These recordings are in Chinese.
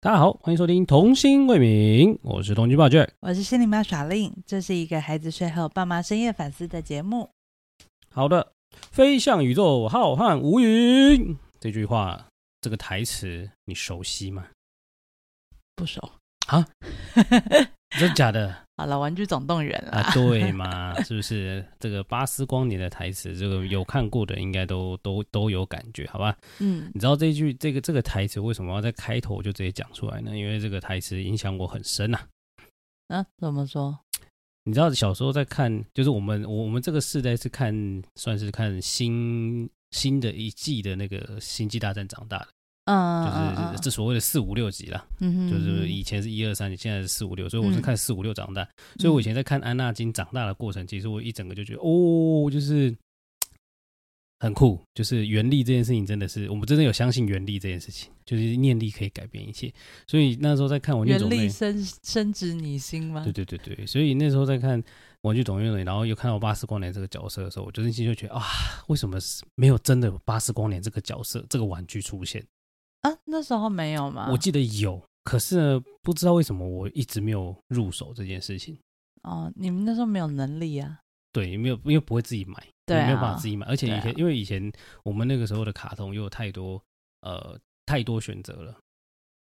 大家好，欢迎收听《童心未泯》，我是童军报 Jack。我是心理妈耍令，这是一个孩子睡后爸妈深夜反思的节目。好的，飞向宇宙，浩瀚无垠。这句话，这个台词你熟悉吗？不熟，啊真的假的 好了，《玩具总动员》啦，啊？对嘛？是不是这个巴斯光年的台词？这个有看过的应该都都都有感觉，好吧？嗯你知道这句这个这个台词为什么要在开头就直接讲出来呢？因为这个台词影响我很深呐、啊，怎么说？你知道小时候在看，就是我们我我们这个世代是看算是看新新的一季的那个《星际大战》长大的，嗯，就是这所谓的四五六集啦，嗯就是以前是一二三，现在是四五六，所以我是嗯看四五六长大。所以我以前在看安纳金长大的过程，其实我一整个就觉得哦，就是很酷，就是原力这件事情真的是我们真的有相信原力这件事情，就是念力可以改变一切。所以那时候在看我那原种类力深深植你心吗对？对对对，所以那时候在看《玩具总动员》，然后又看到巴斯光年这个角色的时候，我就内心就觉得啊，为什么是没有真的有巴斯光年这个角色这个玩具出现？啊，那时候没有吗？我记得有，可是呢，不知道为什么我一直没有入手这件事情。哦，你们那时候没有能力啊。对，没有，因为不会自己买，对啊没有办法自己买。而且以前，对啊因为以前我们那个时候的卡通又有太多呃太多选择了，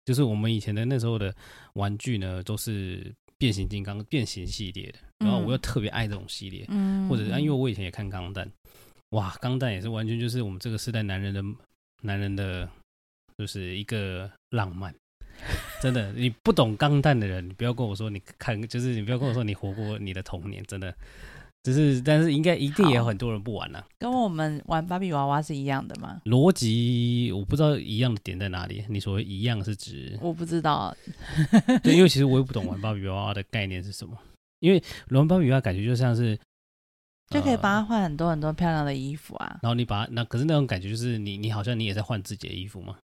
就是我们以前的那时候的玩具呢，都是变形金刚、变形系列的，然啊后我又特别爱这种系列，嗯，或者是、啊因为我以前也看钢弹，哇，钢弹也是完全就是我们这个时代男人的男人的，就是一个浪漫。真的，你不懂钢弹的人，你不要跟我说你看，就是你不要跟我说你活过你的童年，真的。只是，但是应该一定也有好很多人不玩啦、跟我们玩芭比娃娃是一样的吗？逻辑我不知道一样的点在哪里。你所谓一样是指我不知呃道，对，因为其实我也不懂玩芭比娃娃的概念是什么。因为玩芭比娃娃感觉就像是就可以呃帮他换很多很多漂亮的衣服啊。然后你把那可是那种感觉就是你你好像你也在换自己的衣服嘛，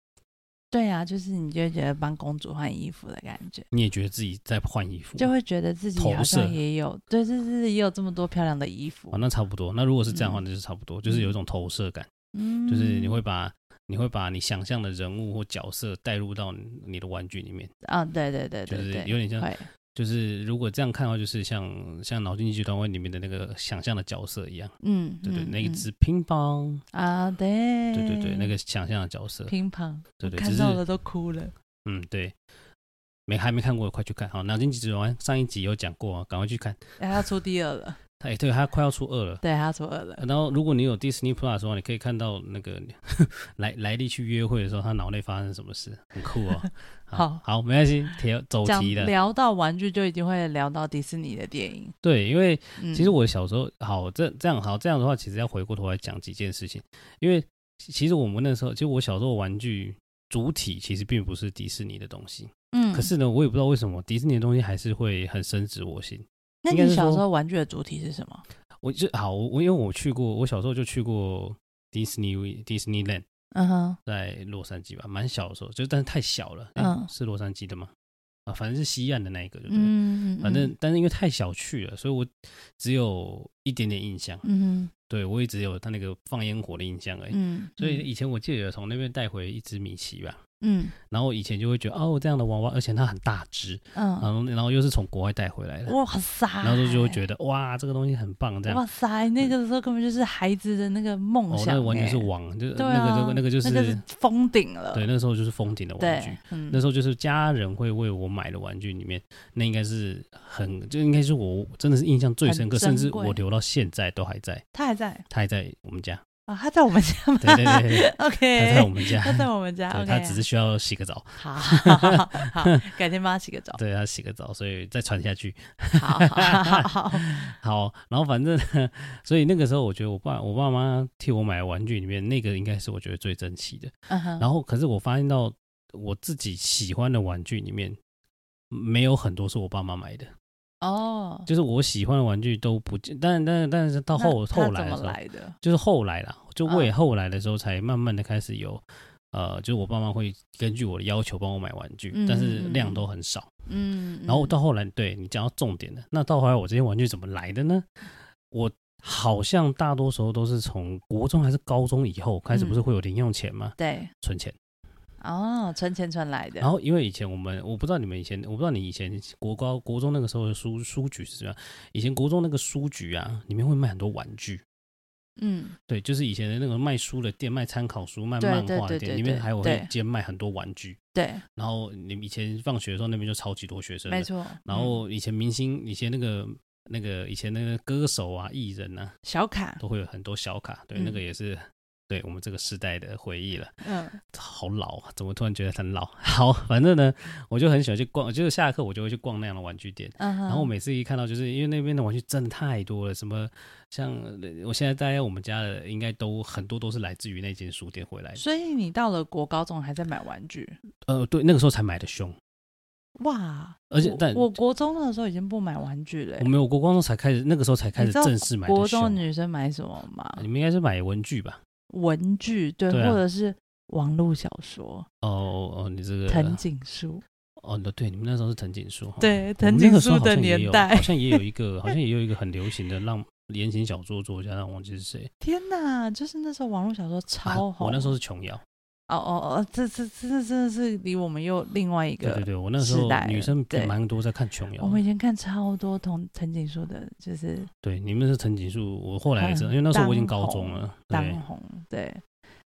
对啊，就是你就会觉得帮公主换衣服的感觉，你也觉得自己在换衣服嘛，就会觉得自己投好射像也有，对对对，也有这么多漂亮的衣服啊，。那差不多。那如果是这样的话，嗯那就是差不多，就是有一种投射感，嗯，就是你会把你会把你想象的人物或角色带入到你你的玩具里面，啊，对对对就对是对，有点像，会就是如果这样看的话，就是像像脑筋急转弯里面的那个想象的角色一样，嗯，对对，嗯那一嗯只乒乓，啊，对对对对，那个想象的角色，乒乓，对对，只看是到了都哭了。嗯对。没还没看过的快去看！好，《脑筋急转弯》上一集有讲过，啊赶快去看。哎，要出第二了，哎，对，它快要出二了，对，他出二了。然 后，如果你有 Disney Plus 的话，你可以看到那个 来来历去约会的时候，他脑内发生什么事，很酷 哦。好好，没关系，铁走讲题了。聊到玩具，就一定会聊到迪士尼的电影。对，因为嗯，其实我小时候，好这这样好这样的话，其实要回过头来讲几件事情，因为其其实我们那时候，其实我小时候玩具主体其实并不是迪士尼的东西，嗯，可是呢，我也不知道为什么迪士尼的东西还是会很深植我心。那应该你是小说时候玩具的主题是什么？我就好，我我因为我去过，我小时候就去过迪士尼 Disneyland。嗯哼，在洛杉矶吧，蛮小的时候，就但是太小了。诶嗯是洛杉矶的吗？啊，反正是西岸的那一个，对不对？嗯，嗯反正，但是因为太小去了，所以我只有一点点印象。嗯对我也只有他那个放烟火的印象而已。嗯嗯，所以以前我记得有从那边带回一只米奇吧，嗯然后我以前就会觉得哦，这样的娃娃，而且它很大只，然嗯，后然后又是从国外带回来的，哇塞，然后就会觉得哇，这个东西很棒，这样嗯哇。塞，那个时候根本就是孩子的那个梦哦，想，那完全是哎网，就是对那个那啊个那个就是那个是封顶了，对，那时候就是风景的玩具对。，嗯那时候就是家人会为我买的玩具里面，那应该是很，就应该是我真的是印象最深刻，很甚珍至贵我留到现在都还在，他还在它还在我们 家，啊，他在我们家吗？对对对对 OK，它在 我们家， 他在我们家对， ，OK，它只是需要洗个澡， 好好好好好，改天帮他洗个澡。对，它洗个澡，所以再传下去。好好好好，好，然后反正， 所以那个时候我觉得我爸我爸妈替我买的玩具里面，那个应该是我觉得最珍惜的。嗯哼，然后可是我发现到我自己喜欢的玩具里面，没有很多是我爸妈买的。哦，就是我喜欢的玩具都不见，但但但是到那后他后来怎的么时候，来的？就是后来啦，就为嗯后来的时候才慢慢的开始有呃，就是我爸妈会根据我的要求帮我买玩具，嗯但是嗯量嗯都很少。嗯，然后嗯到后来，对你讲到重点了，那到后来我这些玩具怎么来的呢？我好像大多时候都是从国中还是高中以后开始，不是嗯会有零用钱吗？对存钱。哦，存钱存来的，然后因为以前我们，我不知道你们以前，我不知道你以前国高国中那个时候的书书局是什么样。以前国中那个书局啊，里面会卖很多玩具。嗯，对，就是以前的那个卖书的店，卖参考书、卖对漫对画的对对店，里面对还有对会兼卖很多玩具。对，然后你们以前放学的时候，那边就超级多学生的没错。然嗯后以前明星，以前那个那个以前那个歌手啊、艺人啊，小卡，都会有很多小卡，对，嗯那个也是对我们这个时代的回忆了。嗯好老啊，怎么突然觉得很老？ 好，反正呢，我就很喜欢去逛，就是下课我就会去逛那样的玩具店。嗯哼，然后我每次一看到，就是因为那边的玩具真的太多了，什么像呃我现在待在我们家的，应该都很多都是来自于那间书店回来的。所以你到了国高中还在买玩具，呃，对，那个时候才买的凶，哇！而且我但我国中的时候已经不买玩具了欸、我没有国高中才开始，那个时候才开你始知道正式买的国中的凶。女生买什么吗？你们应该是买文具吧？文具，对，对啊或者是网络小说，哦哦，你这个藤井树，哦，对，你们那时候是藤井树哦哈，对，我们藤那井个时候好树的像也年有代好。像也有一 个，好像也有一个很流行的浪言情小说作家，但我忘记是谁。天哪，就是那时候网络小说啊超红。我那时候是琼瑶，哦哦哦，这这真的真的是离我们又另外一对对个。对，我那时候时代了女生对蛮多在看琼我瑶们的。以前看超多藤藤井树的，就是对，你们是藤井树，我后来也知道，很因为那时候我已经嗯当高红中了。当对，红，对，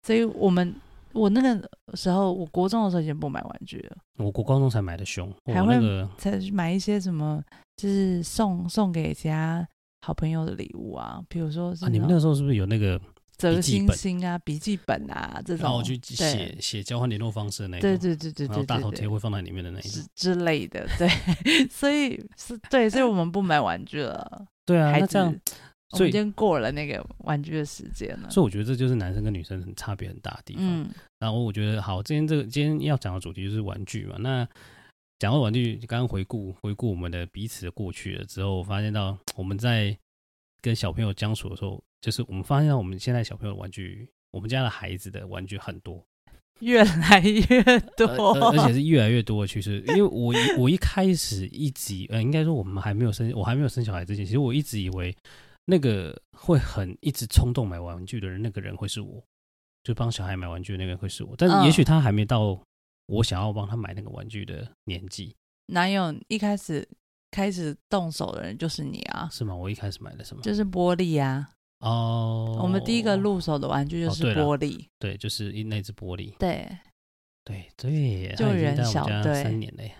所以我们我那个时候，我国中的时候已经不买玩具了，我国高中才买的凶，我还会那个啊才去买一些什么，就是送送给其他好朋友的礼物啊，比如说是啊，你们那种时候是不是有那个折笔记星本星啊、笔记本啊这然后种，去写写交换联络方式的那一对种，对对对然后对大头对贴对。会放在里面的那一种之。之类的，对， 所以是对，所以我们不买玩具了。对 啊，孩那子这样，，我所们以已经过了那个玩具的时间了。所以我觉得这就是男生跟女生很差别很大的地方。嗯，然后我觉得好，今天这个今天要讲的主题就是玩具嘛。那讲到玩具，刚刚回顾回顾我们的彼此的过去了之后，我发现到我们在跟小朋友相处的时候，就是我们发现到我们现在小朋友的玩具，我们家的孩子的玩具很多，越来越多，呃呃 而且是越来越多的趋势。因为我一我一开始一直以呃，应该说我们还没有生我还没有生小孩之前，其实我一直以为那个会很一直冲动买玩具的人，那个人会是我，就帮小孩买玩具的那个人会是我。但是也嗯许他还没到我想要帮他买那个玩具的年纪，哪有一开始开始动手的人就是你啊，是吗？我一开始买的什么？就是玻璃啊。哦，我们第一个入手的玩具就哦是对啦玻璃，对，就是一那只玻璃，对对对，就他已经人在我小们家对三年了耶。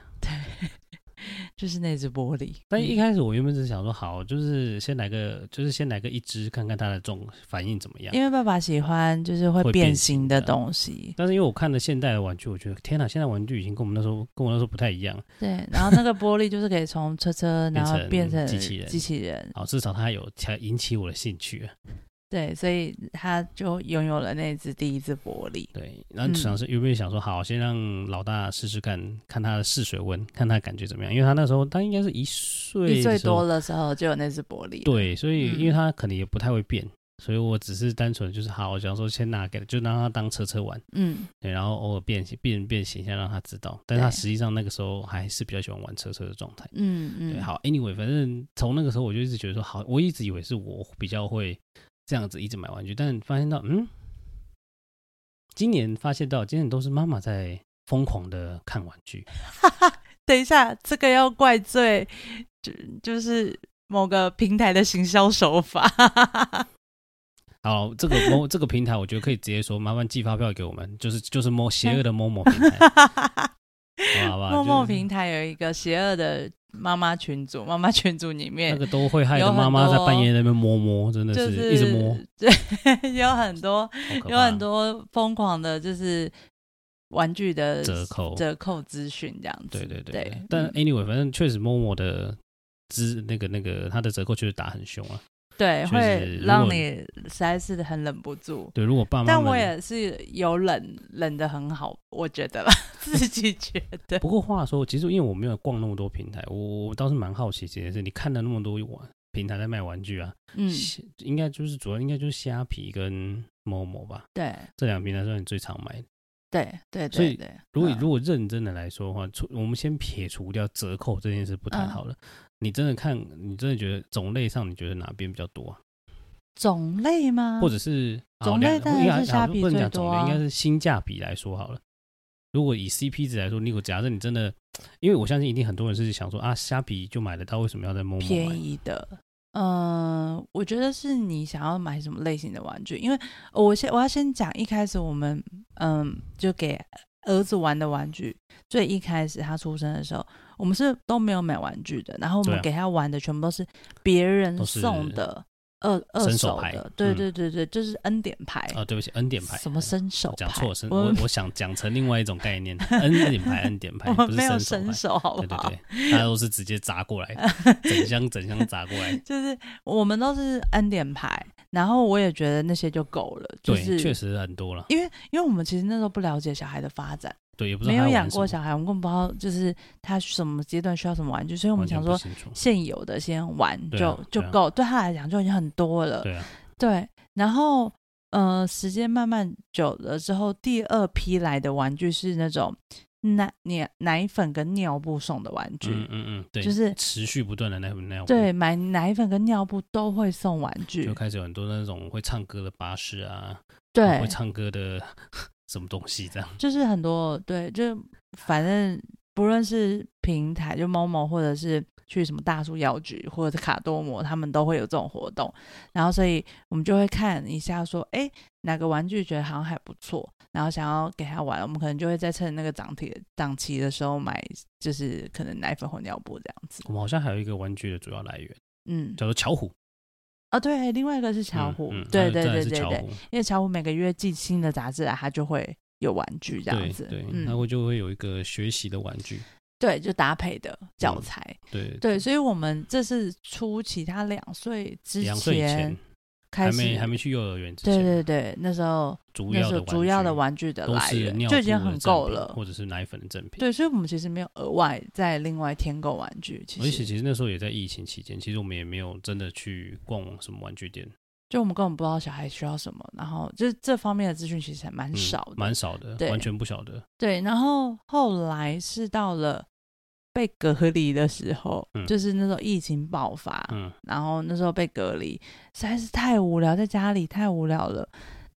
就是那只玻璃。但一嗯开始我原本只是想说，好，就是先来个，就是先来个一只，看看它的重反应怎么样。因为爸爸喜欢就是会会变变形形的的东西，但是因为我看了现代的玩具，我觉得天哪，现在玩具已经跟我们那时候跟我那时候不太一样。对，然后那个玻璃就是可以从车车，然后 变变成成机器人机器人，好，至少它有才引起我的兴趣。对，所以他就拥有了那只第一只玻璃，对，然后嗯想是有没有想说，好，先让老大试试看，看他的试水温，看他感觉怎么样？因为他那时候他应该是一岁，一岁多。的时候就有那只玻璃，对，所以嗯因为他可能也不太会变，所以我只是单纯就是好，我想说先拿给，就让他当车车玩。嗯，对，然后偶尔变形变变形一下，让他知道。但是对他实际上那个时候还是比较喜欢玩车车的状态。嗯嗯对，好，anyway，反正从那个时候我就一直觉得说，好，我一直以为是我比较会这样子一直买玩具，但发现到，嗯，今年发现到，今年都是妈妈在疯狂的看玩具。等一下，这个要怪罪就就是某个平台的行销手法。好，这个某这个平台，我觉得可以直接说，麻烦寄发票给我们，就是就是某邪恶的某某平 台，好吧？陌陌哎就是平台有一个邪恶的妈妈群组，妈妈群组里那面个都会害有得很妈妈在半多夜在那边摸摸，真的就是一直摸，， 对，有很多好可有怕很多疯狂的，就是玩具的折扣，折扣资讯这样子。对对对对对，但嗯 anyway，反正确实某某的资那个那个它的折扣确实打很凶啊。对，确实会如让果你实在是很忍不住。对，如果爸妈但们我也是有忍忍的很好，我觉得啦， 自己觉得。不过话说，其实因为我没有逛那么多平台，我我倒是蛮好奇这件事。你看了那么多玩平台在卖玩具啊，嗯，虾应该就是主要应该就是虾皮跟某某吧，对，这两个平台算你最常买的。对对所以对对。如果嗯如果认真的来说的话，除我们先撇除掉折扣这件事不谈嗯好了。你真的看，你真的觉得种类上你觉得哪边比较多啊？种类吗？或者是好嗯种类两当然应该是虾好皮不能最讲种多类，应啊该是性价比来说好了。如果以 CP 值来说，如果假设你真的，因为我相信一定很多人是想说啊，虾皮就买得到，为什么要在某某买便？宜的。嗯，我觉得是你想要买什么类型的玩具，因为呃我先我要先讲，一开始我们嗯就给儿子玩的玩具，最一开始他出生的时候，我们是都没有买玩具的，然后我对们啊给他玩的全部都是别人都是送的二二伸手手牌的，对嗯对对对，就是恩典牌，啊，对不起，恩典牌，什么伸手我讲牌错了，伸我我 们我想讲成另外一种概 念，恩典牌，恩典牌，我不们是没有手伸牌。手，啊好对不对好？对，大家都是直接砸过 来，整箱整箱砸过来。就是我们都是恩典牌，然后我也觉得那些就够了，就对，是确实很多了。因为因为我们其实那时候不了解小孩的发展，对，也不知道没他有在养玩什过么小孩，我们根本不知道就是他什么阶段需要什么玩具，所以我们完全想不说清楚现有的先玩对就、啊就对啊够，对他来讲就已经很多了。对啊，对然后呃，时间慢慢久了之后，第二批来的玩具是那种奶奶奶粉跟尿布送的玩具，嗯嗯嗯，对，就是持续不断的那那样。对买奶粉跟尿布都会送玩具就，开始有很多那种会唱歌的巴士啊，对会，唱歌的 什么东西这样。就是很多对，就反正不论是平台，就某某，或者是去什么大树药局或者卡多摩，他们都会有这种活动。然后，所以我们就会看一下说，哎，哪个玩具觉得好像还不错，然后想要给他玩，我们可能就会在趁那个涨停档期的时候买，就是可能奶粉或尿布这样子。我们好像还有一个玩具的主要来源嗯，叫做巧虎，哦，对，另外一个是巧虎，嗯嗯对它对真的对是对巧对，虎，因为巧虎每个月寄新的杂志来，啊它就会有玩具这样对子。对，它嗯，会就会有一个学习的玩具，对，就搭配的教嗯材。对对，，所以我们这是初期他两岁之两岁以前开还始，没还没去幼儿园之对前，对对，那时候主那要时的玩候主要的具玩具的都来是源尿就已经布的很赠够品了。或者是奶粉的赠品。对，所以我们其实没有额外再另外添购玩具，其而且实其实那时候也在疫情期间，其实我们也没有真的去逛什么玩具店，就我们根本不知道小孩需要什么，然后就是这方面的资讯其实还蛮嗯少的。蛮少的，对完全不晓得。对，然后后来是到了被隔离的时候，嗯就是那时候疫情爆发，嗯，然后那时候被隔离，实在是太无聊，在家里太无聊了。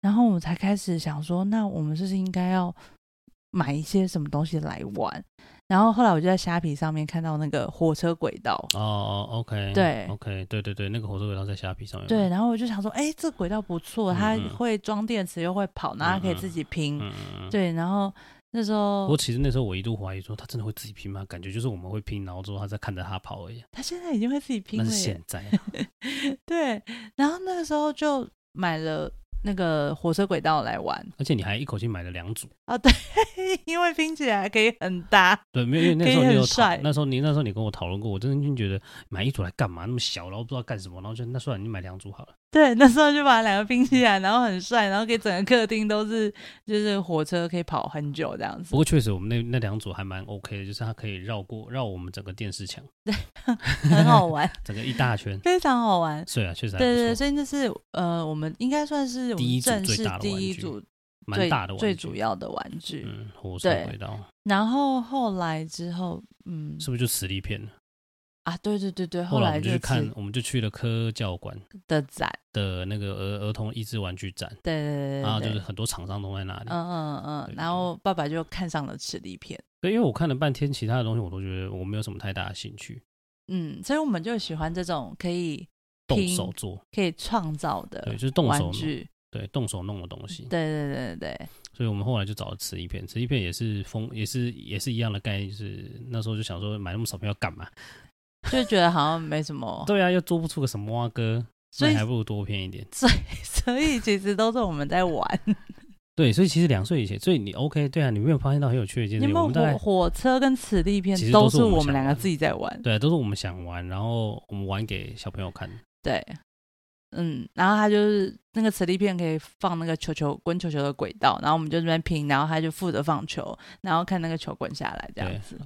然后我们才开始想说，那我们是不是应该要买一些什么东西来玩？然后后来我就在虾皮上面看到那个火车轨道，哦哦，OK，对，OK，对对对，那个火车轨道在虾皮上面，对，，然后我就想说，哎，这轨道不错，嗯它嗯会装电池又会跑，然后它可以嗯自己拼。嗯嗯嗯。对，然后那时不候过其实那时候我一度怀疑说，他真的会自己拼吗？感觉就是我们会拼，然后之后他在看着他跑而已。啊它现在已经会自己拼那了是耶现，在，啊对，然后那个时候就买了那个火车轨道来玩 而且你还一口气买了两组。啊，对，因为拼起来可以很大。对，没有，因 为那时候可以你有很讨帅，那时候你那时候你跟我讨论过，我真的觉得买一组来干嘛？那么小，然后不知道干什么，然后就那算了，你买两组好了。 对，那时候就把两个冰起来，然后很帅，然后给整个客厅都是就是火车可以跑很久这样不子。过确实我们那那两组还蛮 OK 的，就是它可以绕过绕我们整个电视墙，很 好玩，。整个一大圈非常好玩。对啊，确实还对对不对，错，所以那是呃，我们应该算是我第一们组正最式大的第玩一具组蛮最大的玩具，最主要的玩具。嗯，火车对轨道然后后来之后，嗯是不是就磁力片了？啊，对对对对，后来我们就就去是看，我们就去了科教馆的展，的那个儿儿童益智玩具展，对对对对对，然后就是对很多厂商都在那里。嗯嗯对嗯，对然对后爸爸就看上了磁力片。对，因为我看了半天，其他的东西我都觉得我没有什么太大的兴趣，嗯，所以我们就喜欢这种可以动拼手做，可以创造对，的就是动手玩弄具，对，动手弄的东西对。对对对对，所以我们后来就找了磁力片，磁力片也是风，也是也是一样的概念，就是那时候就想说买那么少片要干嘛？，就觉得好像没什么对啊，又做不出个什么蛙哥，所以那还不如多片一点。所以其实都是我们在玩。 对，所以其实两岁以前，所以你 OK，对啊，你没有发现到很有趣的一件你事情，我们们大概火火车跟磁力片其实都都是是我们我想们两个玩自己在玩，对，都是我们想玩，然后我们玩给小朋友看。对，嗯，然后它就是那个磁力片可以放那个球球滚球球的轨道，然后我们就这边拼，然后他就负责放球，然后看那个球滚下来这对样子。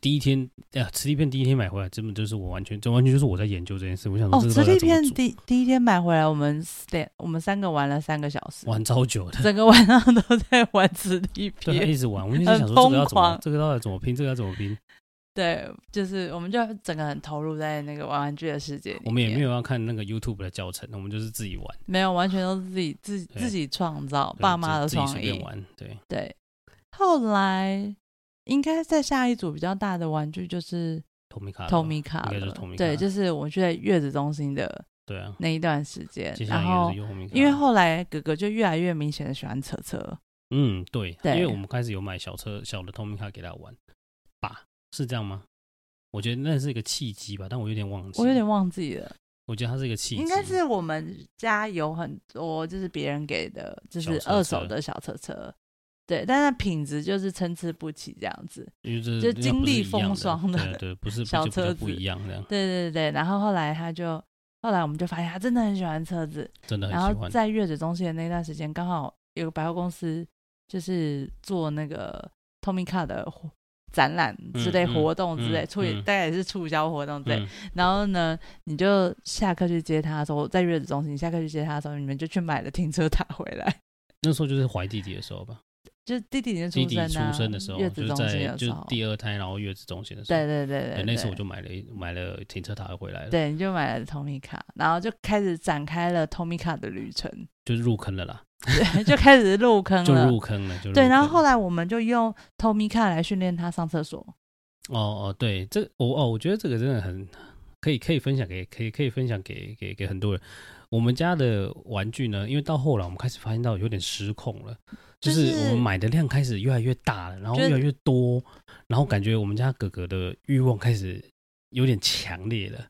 第一天，哎、呀，磁力片第一天买回来，根本就是我完全，这完全就是我在研究这件事。我想说哦，这个磁到底力要怎么片做，第第一天买回来，我们对，我们三个玩了三个小时，玩超 久的，整个晚上都在玩磁对，力他片。一直玩。我一直很想说这个要疯怎么，狂这个到底怎么拼，这个要怎么 拼。对，就是我们就整个很投入在那个玩玩具的世界里面。我们也没有要看那个 YouTube 的教程，我们就是自己玩，没有，完全都是自己自己对自己创造，对爸妈的自己创随便意。玩。对，对，后来应该在下一组比较大的玩具就是透明卡，透明卡应该就是了透明。卡对，就是我去在月子中心的对啊，那一段时间接，下来应然该就后是用透明卡，因为后来哥哥就越来越明显的喜欢车车，嗯，对，对因为我们开始有买小车小的透明卡给他玩，吧，是这样吗？我觉得那是一个契机吧，但我有点忘记，我有点，忘记了，我觉得它是一个契机，应该是我们家有很多就是别人给的，就小车是车二手的小车车。对，但是品质就是参差不齐这样子。因为这就应该经不是历一样风霜的对对，不 是小不是车不子一样这样，对对对对，然后后来他就，后来我们就发现他真的很喜欢车子。真的然很喜后欢，在月子中心的那段时间，刚好有个百货公司就是做那个 Tomica 的活展览之类嗯嗯活动之类，嗯促、嗯大概也是促销活动之类。嗯，然后呢，你就下课去接他的时候，在月子中心下课去接他的时候，你们就去买了停车塔回来。 那时候就是怀弟弟的时候吧，就是弟弟已经弟出弟生、啊、出生的时候，月就子是中心在的就时是候，第二胎，然后月子中心的时候，对对对对对对，那时候我就买了一买了停车塔回来了，对，你就买了 Tomica，然后就开始展开了 Tomica 的旅程，就是入坑了啦，对， 就开始入坑就了。入坑了，就入对，然后坑后来我们就用 Tomica 来训练他上厕所。哦哦，对，这我哦，我觉得这个真的很可以，可以分享给可以可以分享给给给很多人。我们家的玩具呢，因为到后来我们开始发现到有点失控了，就就是是我们买的量开始越来越大了，然后就越是来越多，然后感觉我们家哥哥的欲望开始有点强烈了，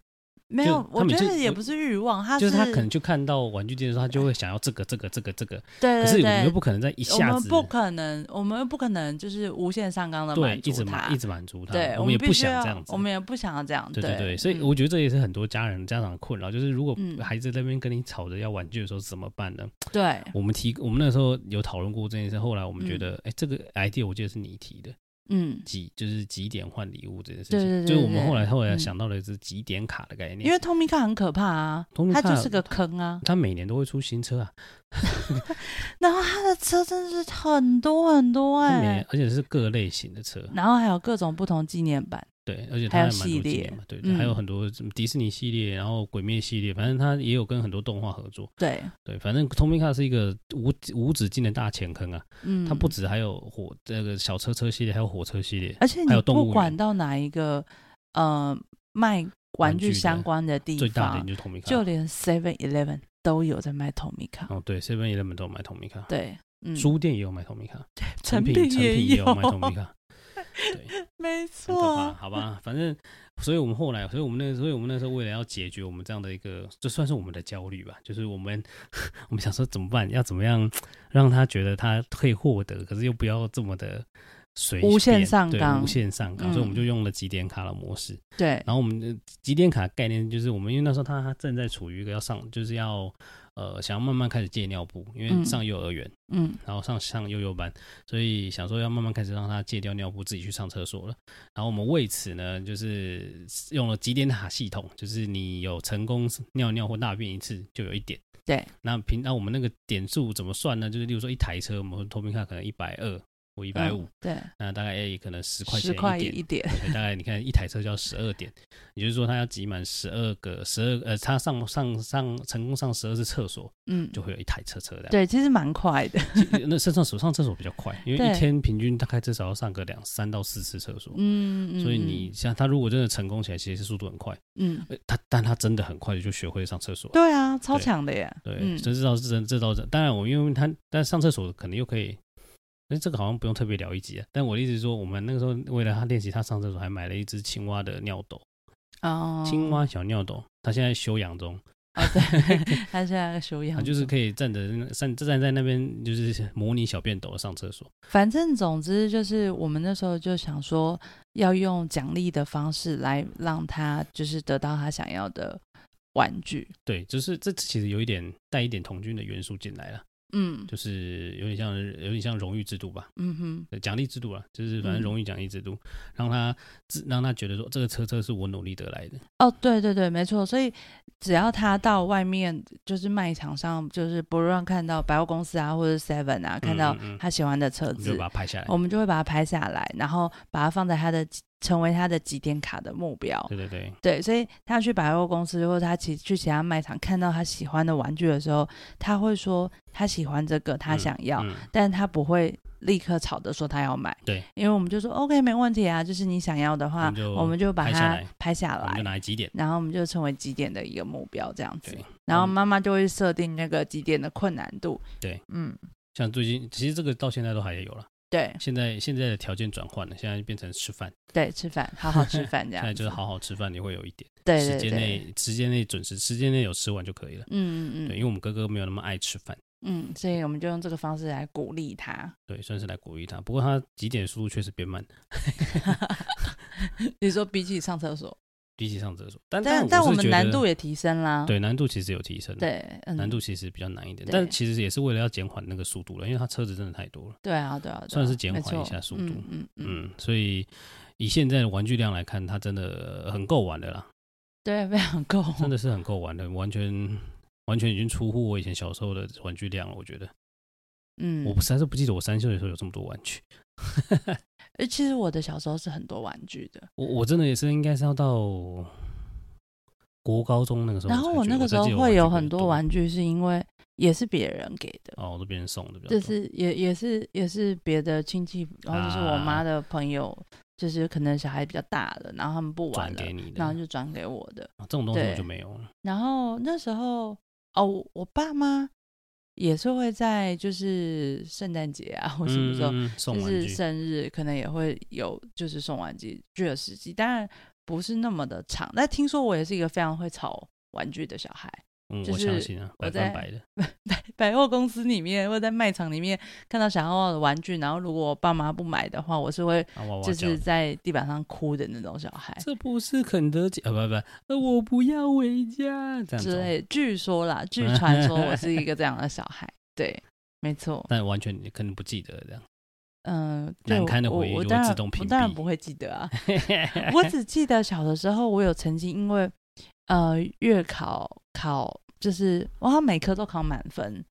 没就有，我他每觉次得也不是欲望，他就是他可能就看到玩具店的时候，他就会想要这个这个这个这个，对可是对我们又对不，可能在一我下们子不可能，我们不可能就是无限上纲的对满一足直他满一。直满足他，对，我们也必不须想要这样子，我们也不想要这样。对对对，对，所以嗯我觉得这也是很多家人家长的困扰，就是如果嗯孩子在那边跟你吵着要玩具的时候怎么办呢？对，我们提，我们那时候有讨论过这件事，后来我们觉得，哎、这个 idea 我记得是你提的，嗯，几就是几点换礼物这件事情，对对对就是我们对后来后来嗯想到的是几点卡的概念，因为 Tomica 很可怕啊，它 Tomica- 就是个坑啊。他每年都会出新车啊，然后它的车真的是很多很多他哎、每年而且是各类型的车，然后还有各种不同纪念版，对，而且还它还有蛮多系纪列念嘛，对，嗯还有很多什么迪士尼系列，然后鬼灭系列，反正它也有跟很多动画合作，对，对，反正 Tomica 是一个无无止境的大钱坑啊。嗯，它不止还有火那个小车车系列，还有火车系列，而且还你有动物不园管到哪一个呃卖玩玩具具的相关的地最大的方，就是透明卡。就连 Seven Eleven 都有在卖 Tomica，、哦，对，Seven Eleven 都有卖透明卡，对，嗯，书店也有卖透明卡，成成品成也品也有卖透明 卡，对，没很可怕，错，好吧，反正，所以我们后来，所以我们那，所以我们那时候为了要解决我们这样的一个，这算是我们的焦虑吧，就是我们 我们想说怎么办，要怎么样让他觉得他可以获得，可是又不要这么的随无限便上对纲无限上纲，所以我们嗯就用了几点卡的模式。对，然后我们的几点卡概念就是我们因为那时候他正在处于一个要上，就是要呃想要慢慢开始戒尿布，因为嗯上幼儿园，嗯，然后上上幼幼班，所以想说要慢慢开始让他戒掉尿布，自己去上厕所了。然后我们为此呢，就是用了几点卡系统，就是你有成功尿尿或大便一次就有一点。对，那平那我们那个点数怎么算呢？就是例如说一台车，我们透明卡可能一百二或一一百五，嗯对，那大概也可能十块钱十块一点一点，对，大概你看一台车就要十二点，也就是说他要挤满十二个十二呃，他上上上成功上十二次厕所，嗯，就会有一台车车这样。 对，其实蛮快的，对，那上厕所上厕所比较快，因为对一天平均大概至少要上个两三到四次厕所，嗯，嗯所以你像他如果真的成功起来，其实速度很快，嗯，嗯呃他但他真的很快就学会上厕所了。对啊，超对强的耶，对，嗯这这倒是真，这倒是当然我因为他但上厕所可能又可以。那这个好像不用特别聊一集啊，但我的意思是说，我们那个时候为了他练习他上厕所，还买了一只青蛙的尿斗，哦，青蛙小尿斗，它现在休养中，哦，对， 他现在修它养中，就是可以站着站站在那边，就是模拟小便斗上厕所。反正总之就是，我们那时候就想说，要用奖励的方式来让他就是得到他想要的玩具。对，就是这其实有一点带一点童军的元素进来了，嗯就是有点像有点像荣誉制度吧，嗯哼，呃奖励制度啊，就是反嗯正荣誉奖励制度，让他自让他觉得说这个车车是我努力得来的，哦，对对对，没错。所以只要他到外面，就是卖场上，就是不论看到百货公司啊，或者 Seven 啊，看到嗯嗯嗯他喜欢的车我们就子，把它拍下来我。们就会把它拍下来，然后把它放在他的成为他的几点卡的目标。对对对，对，所以他去百货公司或者他其去其他卖场看到他喜欢的玩具的时候，他会说他喜欢这个，他嗯想要，嗯，但他不会立刻吵着说他要买。对，因为我们就说 OK 没问题啊，就是你想要的我话们，就我们就把拍下它来拍下我们就来，拿来几点？然后我们就成为几点的一个目标这样子对。然后嗯妈妈就会设定那个几点的困难度。对，嗯，像最近其实这个到现在都还有了，对现在现在的条件转换了，现在变成吃饭，对，吃饭，好好吃饭这 现样在子。就是好好吃饭，你会有一点对时对间对，内时间内准时，时间内有吃完就可以了。嗯对，因嗯为我们哥哥没有那么爱吃饭，嗯嗯，所以我们就用这个方式来鼓励他。对，算是来鼓励他。不过他几点速度确实变慢， 你说比起上厕所，比起上厕所，但但但我是们觉得难度也提升啦。对难度其实有提升，，对，嗯难度其实比较难一点，对但其实也是为了要减缓那个速度了，因为他车子真的太多了，对啊对啊，对啊算是减没缓一错下速度嗯嗯嗯，嗯，所以以现在的玩具量来看，它真的呃很够玩的啦，对，非常够。真的是很够玩的，完全完全已经出乎我以前小时候的玩具量了，我觉得。嗯，我实在是不记得我三岁的时候有这么多玩具。呃，其实我的小时候是很多玩具的，我我真的也是应该是要到国高中那个时候才然觉得，后我那个时候才记得会有玩具很比较多多玩具，是因为也是别人给的，哦，都别人送的比较多，就是也也是也是别的亲戚，然后就是我妈啊的朋友，就是可能小孩比较大了，然后他们不玩转了给，你的。然后就转给我的。啊这种东西我对就没有了。然后那时候哦，我我爸妈也是会在就是圣诞节啊或什么时候，嗯嗯嗯送就玩是具？生日可能也会有，就是送玩具具有时机，当然不是那么的长。但听说我也是一个非常会炒玩具的小孩，嗯，就我相是信啊，我百分在百的。百货公司里面或者在卖场里面看到想要的玩具，然后如果我爸妈不买的话，我是会啊，哇哇就叫是在地板上哭的那种小孩。这不是肯德基啊，不不，呃，我不要回家这样之子。哦类，据说啦，据传说我是一个这样的小孩，对，没错，但完全你可能不记得这样，嗯，对难我堪的我回忆我就会当自然动我屏当然蔽不会记得 啊，我只记得小的时候，我有曾经因为呃月考考，就是我好像每科都考满分，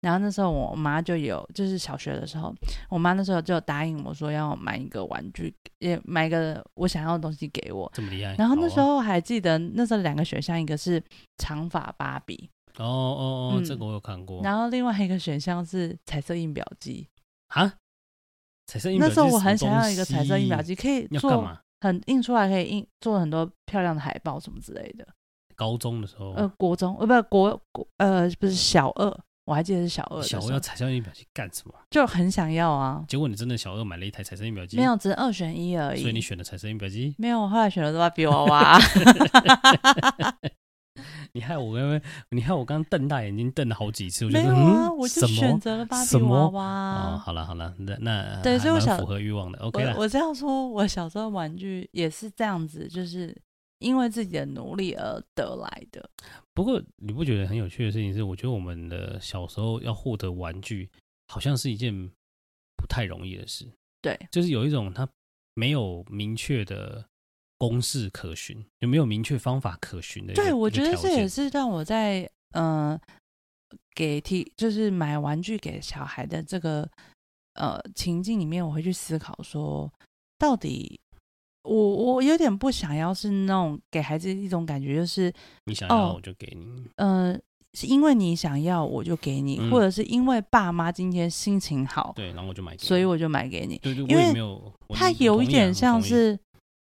然后那时候我妈就有，就是小学的时候，我妈那时候就有答应我说要买一个玩具，也买一个我想要的东西给我。这么厉害。然后那好啊时候还记得，那时候两个选项，一个是长发芭比，哦哦哦，这嗯个我有看过。然后另外一个选项是彩色印表机。啊，彩色印那表时候机是我什么很想要一个东彩色印表西机，可以要干做嘛？很印出来，可以印做很多漂亮的海报什么之类的。高中的时候，呃，国中呃，不国国呃，不是小二，我还记得是小二的时小候，二要彩色印表机干什么？就很想要啊，结果你真的小二买了一台彩色印表机，没有，只是二选一而已。所以你选的彩色印表机，没有，我后来选了芭比娃娃。你害我刚刚，你害我刚刚瞪大眼睛瞪了好几 次，我就没说有啊，嗯我就什选么？择了芭比什么娃哦，娃。好了好了，那那对还所以我蛮想符合欲望的，OK 我了，我这样说，我小时候玩具也是这样子，就是因为自己的努力而得来的。不过你不觉得很有趣的事情是，我觉得我们的小时候要获得玩具，好像是一件不太容易的事，对，就是有一种它没有明确的公式可循，就没有明确方法可循的一个。对，我一个觉得条这也件是让我在嗯、呃给提就是买玩具给小孩的这个呃情境里面，我会去思考说，到底我我有点不想要是那种给孩子一种感觉，就是你想要哦我就给你。嗯、呃是因为你想要我就给你，嗯或者是因为爸妈今天心情好，对，然后我就买给你，所以我就买给你。对对，因我也为没有，我它你你有同一意啊点我像同意是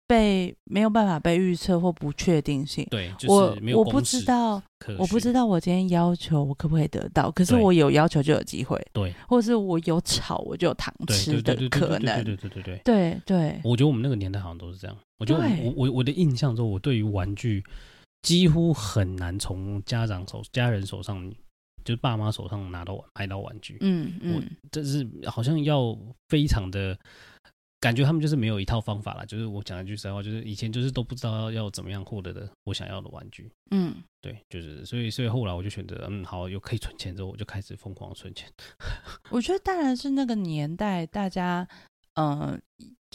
被没有办法被预测或不确定性。对，就是没有我我不公知式道可循，我不知道我今天要求我可不可以得到，可是对我有要求就有机会，对，或是我有吵我就有糖对吃对对的对对可对对能。对对对对。对对，我觉得我们那个年代好像都是这样。我觉得对我我我的印象中，我对于玩具几乎很难从家长手、家人手上，就是爸妈手嗯上拿到玩买到玩具，嗯嗯，这是好像要非常的感觉他们就是没有一套方法啦。就是我讲一句实在话，就是以前就是都不知道要怎么样获得的我想要的玩具。嗯，对，就是所以所以后来我就选择，嗯，好，有可以存钱之后，我就开始疯狂地存钱。 我觉得当然是那个年代，大家嗯、呃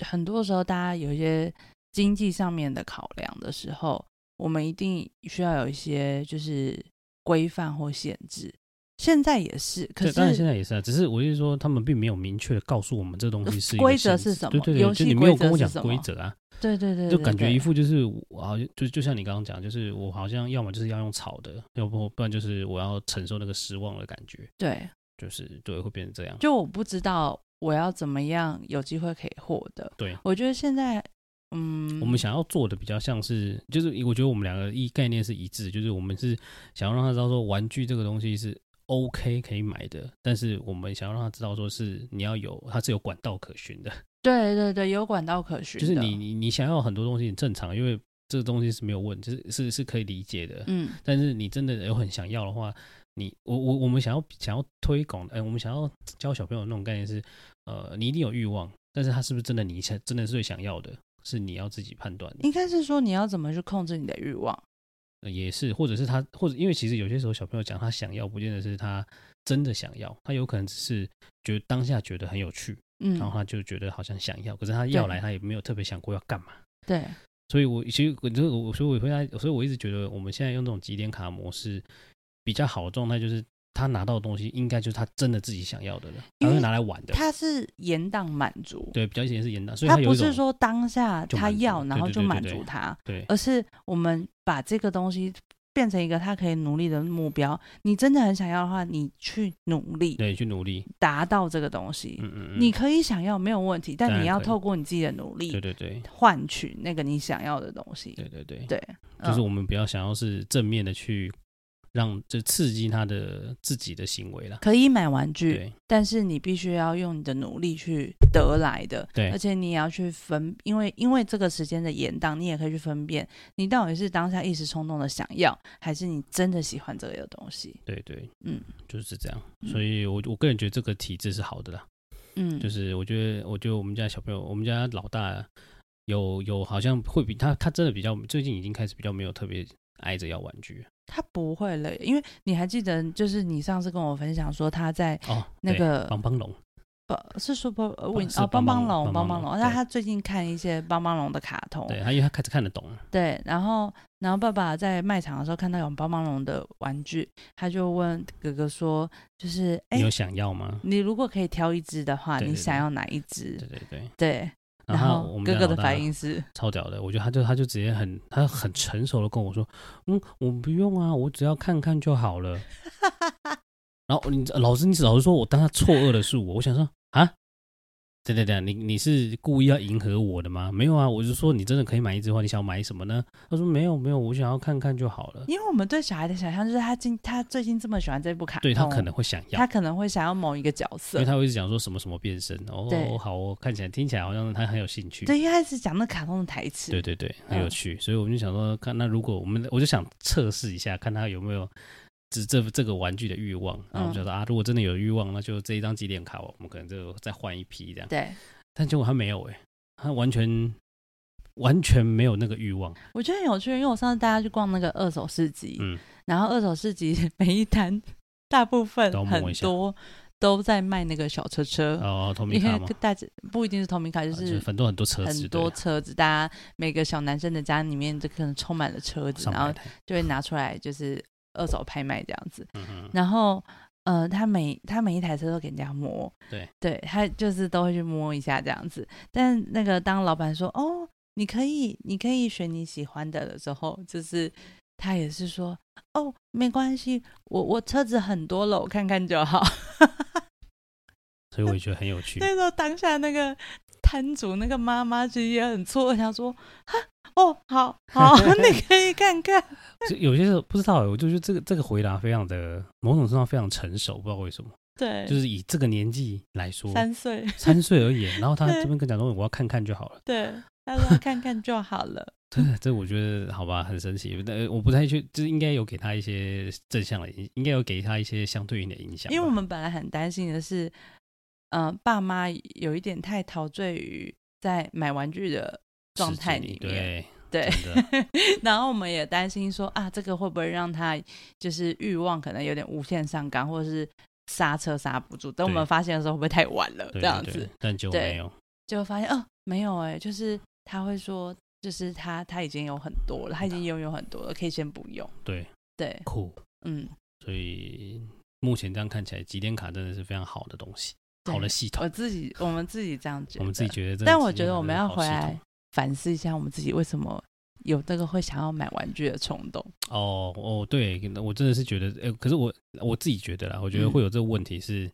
很多时候大家有一些经济上面的考量的时候，我们一定需要有一些就是规范或限制。现在也是，可对，当然现是在也是啊，只是我就是说，他们并没有明确的告诉我们这东西是一个规则限是制什么对对游对，就戏你没有规则跟我是讲什规么则啊，对对对，就对感觉对一副就是我好像就就像你刚刚讲，就是我好像要么就是要用炒的，要不不然就是我要承受那个失望的感觉，对，就是对会变成这样。就我不知道我要怎么样有机会可以获得。对，我觉得现在嗯，我们想要做的比较像是，就是我觉得我们两个一概念是一致，就是我们是想要让他知道说玩具这个东西是 OK 可以买的，但是我们想要让他知道说是你要有它是有管道可循的，对对对有管道可循就的，是你你你想要很多东西很正常，因为这个东西是没有问，就是是是可以理解的，嗯但是你真的有很想要的话，你我我我们想要想要推广，哎、我们想要教小朋友那种概念是，呃，你一定有欲望，但是他是不是真的你想真的是最想要的，是你要自己判断的，应该是说你要怎么去控制你的欲望。呃也是，或者是他或者因为其实有些时候小朋友讲他想要，不见得是他真的想要，他有可能只是觉得当下觉得很有趣，嗯，然后他就觉得好像想要，可是他要对来他也没有特别想过要干嘛。对，所以我其实我就我所以我回来，所以我一直觉得我们现在用这种几点卡模式比较好的状态，就是他拿到的东西应该就是他真的自己想要的了，他因为会拿来玩的。他是延宕满足，对，比较以前是严打，所以他有不一种是说当下就他满足要，对然后对就对对满对足他，对而是我们把这个东西变成一个他可以努力的目标。你真的很想要的话，你去努力对去努力，达到这个东西。嗯嗯嗯，你可以想要没有问题，当但然你要可以透过你自己的努对力对对换取那个你想要的东西。对对对，对，就是嗯我们比较想要是正面的去让就刺激他的自己的行为啦。可以买玩具，对但是你必须要用你的努力去得来的。对而且你也要去分，因为因为这个时间的延宕，你也可以去分辨，你到底是当下一时冲动的想要，还是你真的喜欢这个东西。对对，嗯就是这样。嗯所以我我个人觉得这个体制是好的啦。嗯，就是我觉得，我觉得我们家小朋友，我们家老大有有好像会比他，他真的比较最近已经开始比较没有特别挨着要玩具他不会累，因为你还记得，就是你上次跟我分享说他在哦。那对个帮帮龙，不是 Super 呃不 Win 是哦帮帮帮帮龙龙帮帮帮帮龙，龙那对他最近看一些帮帮龙的卡通，对他因为他开始看得懂，对，然后然后爸爸在卖场的时候看到有帮帮龙的玩具，他就问哥哥说，就是哎你有想要吗？你如果可以挑一只的话，对你对对想要哪一只？对对对，对，然然后后我们哥家哥老的大反应是， 超屌的，我觉得他就他就直接很他很成熟的跟我说，嗯，我不用啊，我只要看看就好了。然后你老师，你老师说我当他错愕的是我，我想说啊，对对对，你你是故意要迎合我的吗？没有啊，我就说你真的可以买一只的话，你想买什么呢？他说没有没有，我想要看看就好了。因为我们对小孩的想象就是他今他最近这么喜欢这部卡通，对他可能会想要他，可能会想要某一个角因色为。他会一直讲说什么什么变身哦对，好哦，看起来听起来好像他很有兴趣。对，一开始讲那卡通的台词，对对对，很有嗯趣。所以我们就想说，看那如果我们，我就想测试一下，看他有没有这这这个玩具的欲望。然后我们嗯想说啊，如果真的有欲望，那就这一张几点卡，我们可能就再换一批这样。对但结果他没有哎、他完全完全没有那个欲 望。我觉得很有趣，因为我上次带他去逛那个二手市集，嗯，然后二手市集 每一摊大部分都要摸很一下多都在卖那个小车车，哦，透明因卡为嘛，大家不一定是透明卡，就就是很多很多车子，很多对车子，大家每个小男生的家里面就可能充满了车子，上然后百台。就会拿出来就是二手拍卖这样子。嗯嗯，然后呃，他每他每一台车都给人家摸，对对，他就是都会去摸一下这样子。但那个当老板说哦，你可以你可以选你喜欢的的时候，就是他也是说哦，没关系，我我车子很多了，我看看就好。嗯 所以我也觉得很有趣。那时候当下那个摊主那个妈妈其实也很错愕，想说啊哦，好好， 你可以看看。所以有些时候不知道欸、我就觉得这个这个回答非常的某种程度上非常成熟，不知道为什么，对，就是以这个年纪来说，三岁，三岁而已，然后他对这边跟讲说我要看看就好了， 对，他说看看就好了。真的，这我觉得好吧，很神奇。但呃我不太确，就是应该有给他一些正向的影，应该有给他一些相对应的影响吧。因为我们本来很担心的是，呃，爸妈有一点太陶醉于在买玩具的状态里面。 对对，真的然后我们也担心说啊，这个会不会让他就是欲望可能有点无限上纲，或者是刹车刹不住？等我们对发现的时候，会不会太晚了？对这样对子对，但就对没有，结果发现哦，没有哎、就是他会说，就是他他已经有很多了，他已经拥有很多了，可以先不用。对，对，酷。嗯，所以目前这样看起来，集点卡真的是非常好的东西，对好的系统我。自己我们自己这样觉得，我们自己觉得真的集点卡真的是好系统，但我觉得我们要回来反思一下，我们自己为什么有那个会想要买玩具的冲动。哦哦，对，我真的是觉得，哎、可是我我自己觉得啦，我觉得嗯会有这个问题是，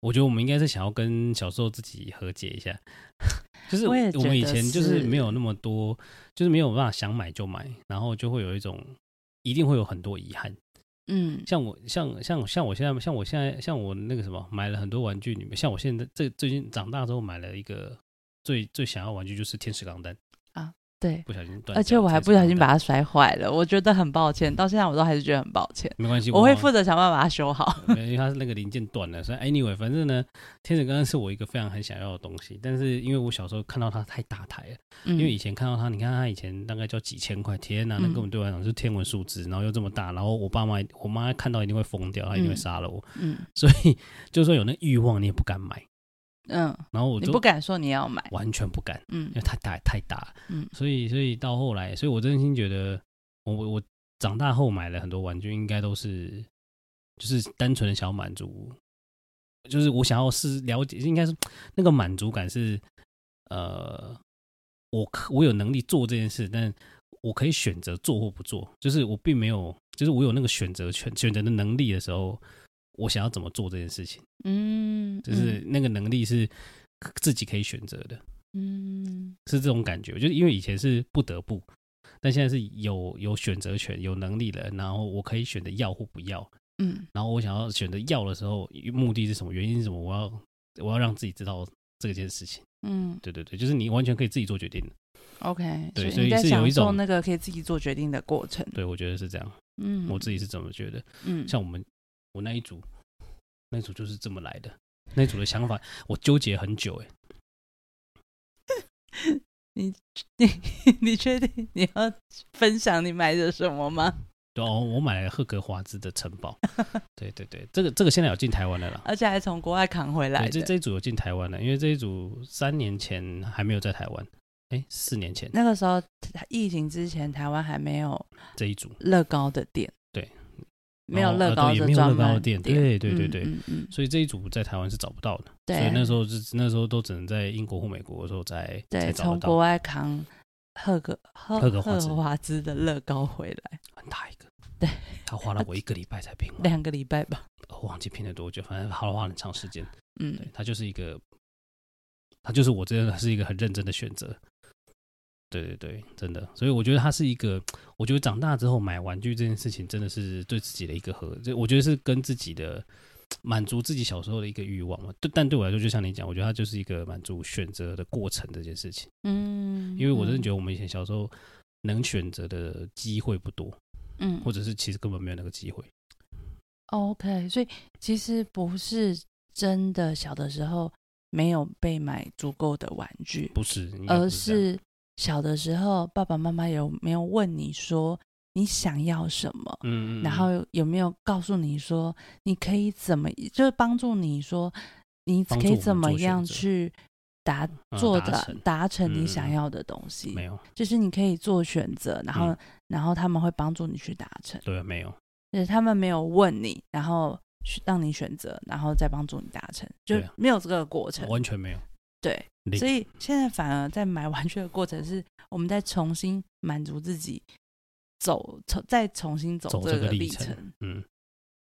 我觉得我们应该是想要跟小时候自己和解一下， 就是我也我们以觉得前就是是没有那么多，就是没有办法想买就买，然后就会有一种一定会有很多遗憾。嗯，像我像像像我现在像我现在像我那个什么买了很多玩具，里面像我现在这最近长大之后买了一个最最想要玩具就是天使钢弹，对。不小心断，而且我还不小心把它摔坏了，我觉得很抱歉，到现在我都还是觉得很抱歉。没关系，我会好负责想办法把它修好。没有因为它是那个零件断了，所以 anyway，反正呢，天使钢弹是我一个非常很想要的东西，但是因为我小时候看到它太大台了，因 因为以前看到它，你看它以前大概就要几千块，天呐、那嗯根本对我来讲是天文数字，然后又这么大，然后我爸妈我妈看到一定会疯掉，她一定会嗯杀了我，嗯所以就算有那欲望，你也不敢买，嗯，然后我你就不敢说你要买，完全不敢，嗯因为太大太大了，嗯所以所以到后来，所以我真心觉得我我我长大后买了很多玩具，应该都是就是单纯的想要满足，就是我想要是了解，应该是那个满足感是呃，我可我有能力做这件事，但我可以选择做或不做，就是我并没有，就是我有那个选择权、选择的能力的时候，我想要怎么做这件事情，嗯，就是那个能力是自己可以选择的。嗯是这种感觉，就是因为以前是不得不，但现在是有有选择权、有能力了，然后我可以选择要或不要，嗯然后我想要选择要的时候，目的是什么，原因是什么，我要我要让自己知道这件事情。嗯对对对，就是你完全可以自己做决定的， ，OK，对所你以在是有享一受种那个可以自己做决定的过程。对我觉得是这样，嗯，我自己是怎么觉得？嗯 像我们我那一组，那一组就是这么来的，那一组的想法我纠结很久、欸，你确定你要分享你买的什么吗？ 对哦，我买了赫格华兹的城堡，对对对，这个这个现在有进台湾了啦。而且还从国外扛回来对，这的。这一组有进台湾了，因为这一组三年前还没有在台湾，哎，四年前那个时候疫情之前，台湾还没有这一组乐高的店，对，没有然后乐呃高对的也没有专乐高门店，店对对对嗯对，嗯嗯，所以这一组在台湾是找不到的，对，所以那时候是那时候都只能在英国或美国的时候才才对找从得国到，外扛赫格赫赫格华兹赫华兹的乐高回来，很大一个，对，他花了我一个礼拜才 拼完，两个礼拜吧。我忘记拼了多久，反正花了花了很长时间，嗯对，他就是一个，他就是我真的是一个很认真的选择。对对对，真的，所以我觉得他是一个，我觉得长大之后买玩具这件事情真的是对自己的一个和，就我觉得是跟自己的满足自己小时候的一个欲望嘛。对，但对我来说，就像你讲，我觉得它就是一个满足选择的过程这件事情，嗯，因为我真的觉得，得我们以前小时候能选择的机会不多，嗯哦或者是其实根本没有那个机会。 ，OK，所以其实不是真的小的时候没有被买足够的玩具，不是，应该而不是这样呃是小的时候爸爸妈妈有没有问你说你想要什么？嗯，嗯然嗯后有没有告诉你说你可以怎么，就是帮助你说你帮可助以我们怎么做选样择去达嗯做达的成达成你嗯想嗯嗯要的东西，没有，就是你可以做选择，然后、嗯然后他们会帮助你去达成，对，啊没有。就是他们没有问你，然后去让你选择，然后再帮助你达成，就对啊没有这个过程。完全没有。对，零所以现在反而在买玩具的过程是，我们在重新满足自己。走，重再重新走走这这个个历历程嗯，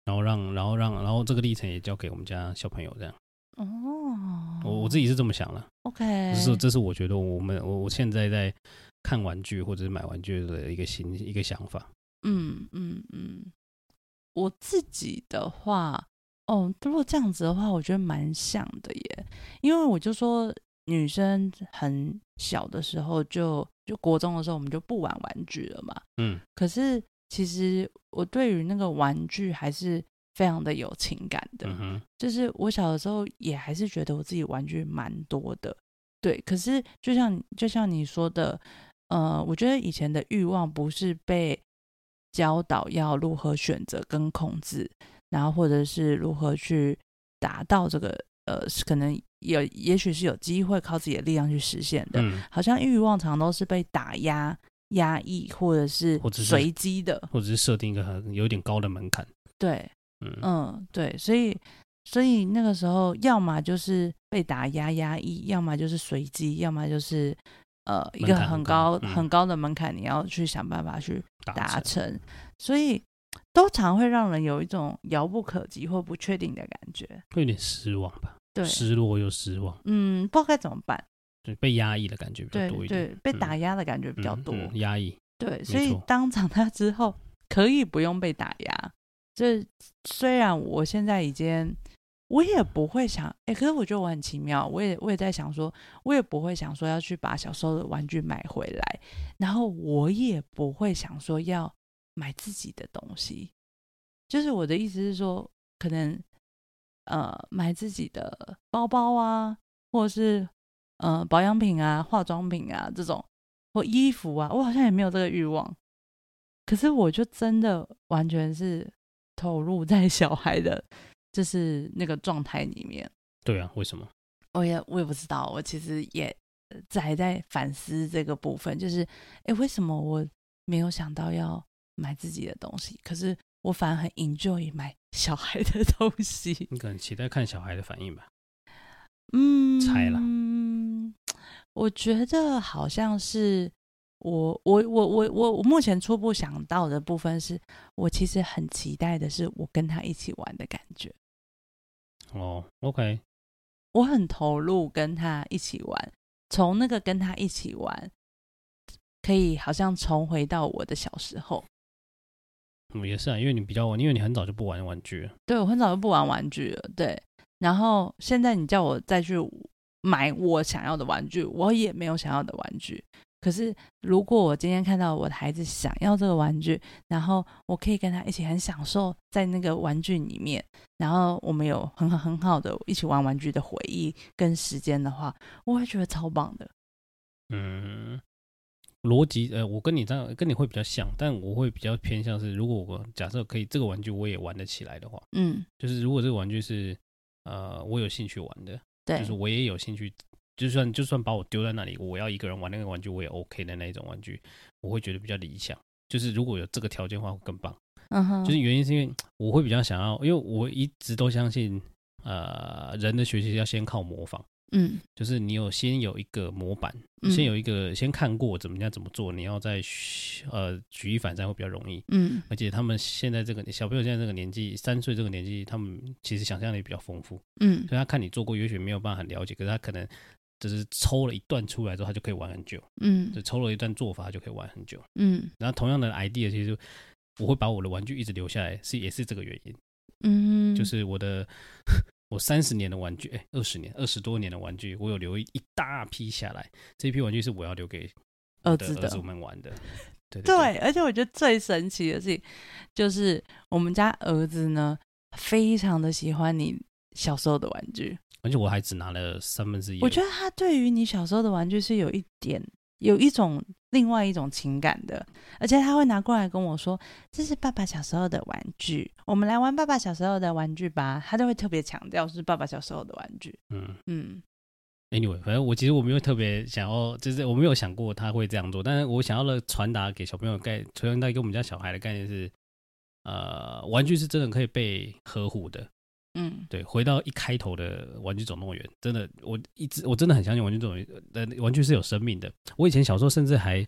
然后让，然后让，然后这个历程也交给我们家小朋友这样。哦，哎我我自己是这么想的， OK，这是这是我觉得我们我我现在在看玩具或者是买玩具的一个新一个想法。嗯嗯嗯，我自己的话，哦，如果这样子的话，我觉得蛮像的耶，因为我就说女生很小的时候就就国中的时候，我们就不玩玩具了嘛。嗯，可是其实我对于那个玩具还是非常的有情感的，嗯哼，就是我小的时候也还是觉得我自己玩具蛮多的，对，可是就像就像你说的，呃，我觉得以前的欲望不是被教导要如何选择跟控制，然后或者是如何去达到这个呃，是可能有也许是有机会靠自己的力量去实现的，嗯，好像欲望常都是被打压、压抑或者是或者是随机的，或者是设定一个很有点高的门槛，对，嗯嗯，对，所以所以那个时候，要么就是被打压压抑，要么就是随机，要么就是呃一门个槛很很高高嗯很高的门槛，你要去想办法去达达成，成，所以都常会让人有一种遥不可及或不确定的感觉。会有点失望吧，对，失落又失望，嗯，不知道该怎么办。对，被压抑的感觉比较对多一点，对，被打嗯压的感觉比较嗯多。嗯压抑，对，所以错当长大之后，可以不用被打压。这虽然我现在已经，我也不会想，哎、可是我觉得我很奇妙，我也我也在想说，我也不会想说要去把小时候的玩具买回来，然后我也不会想说要买自己的东西。就是我的意思是说，可能呃买自己的包包啊，或者是呃保养品啊、化妆品啊这种，或衣服啊，我好像也没有这个欲望。可是我就真的完全是投入在小孩的，就是那个状态里面。对啊，为什么？我也我也不知道，我其实也呃在还在反思这个部分，就是诶，为什么我没有想到要买自己的东西，可是我反而很 enjoy 买小孩的东西。你可能期待看小孩的反应吧，嗯，猜啦嗯，我觉得好像是我我我我我我目前初步想到的部分是，我其实很期待的是我跟他一起玩的感觉，哦，OK，我很投入跟他一起玩，从那个跟他一起玩，可以好像重回到我的小时候。嗯，也是啊，因为你比较晚，因为你很早就不玩玩具了，对我很早就不玩玩具了，对，然后现在你叫我再去买我想要的玩具，我也没有想要的玩具。可是，如果我今天看到我的孩子想要这个玩具，然后我可以跟他一起很享受在那个玩具里面，然后我们有很好很好的一起玩玩具的回忆跟时间的话，我会觉得超棒的。嗯，逻辑，呃，我跟你这样，跟你会比较像，但我会比较偏向是，如果我假设可以这个玩具我也玩得起来的话，嗯，就是如果这个玩具是呃我有兴趣玩的，对就是，我也有兴趣，就算就算把我丢在那里，我要一个人玩那个玩具，我也 OK 的那一种玩具，我会觉得比较理想。就是如果有这个条件的话，会更棒。嗯哼，就是原因是因为我会比较想要，因为我一直都相信，呃，人的学习要先靠模仿，嗯，就是你有先有一个模板，嗯先有一个先看过怎么样怎么做，你要再学呃举一反三会比较容易。嗯而且他们现在这个小朋友现在这个年纪，三岁这个年纪，他们其实想象力比较丰富，嗯所以他看你做过，也许没有办法很了解，可是他可能就是抽了一段出来之后，他就可以玩很久，嗯就抽了一段做法，他就可以玩很久。嗯然后同样的 idea，其实我会把我的玩具一直留下来，是也是这个原因，嗯，就是我的我三十年的玩具，哎，二十年、二十多年的玩具，我有留一一大批下来，这一批玩具是我要留给儿我的子儿的子们玩的。对对哦对，而且我觉得最神奇的事情就是我们家儿子呢，非常的喜欢你小时候的玩具。而且我还只拿了三分之一而已。我觉得他对于你小时候的玩具是有一点，有一种另外一种情感的，而且他会拿过来跟我说：“这是爸爸小时候的玩具，我们来玩爸爸小时候的玩具吧。”他都会特别强调是爸爸小时候的玩具。嗯嗯，anyway，反正我其实我没有特别想要，就是我没有想过他会这样做，但是我想要的传达给小朋友的概，传达给我们家小孩的概念是，呃，玩具是真的可以被呵护的。嗯对，回到一开头的《玩具总动员》，真的，我一直我真的很相信《玩具总动员》呃，玩具是有生命的。我以前小时候甚至还，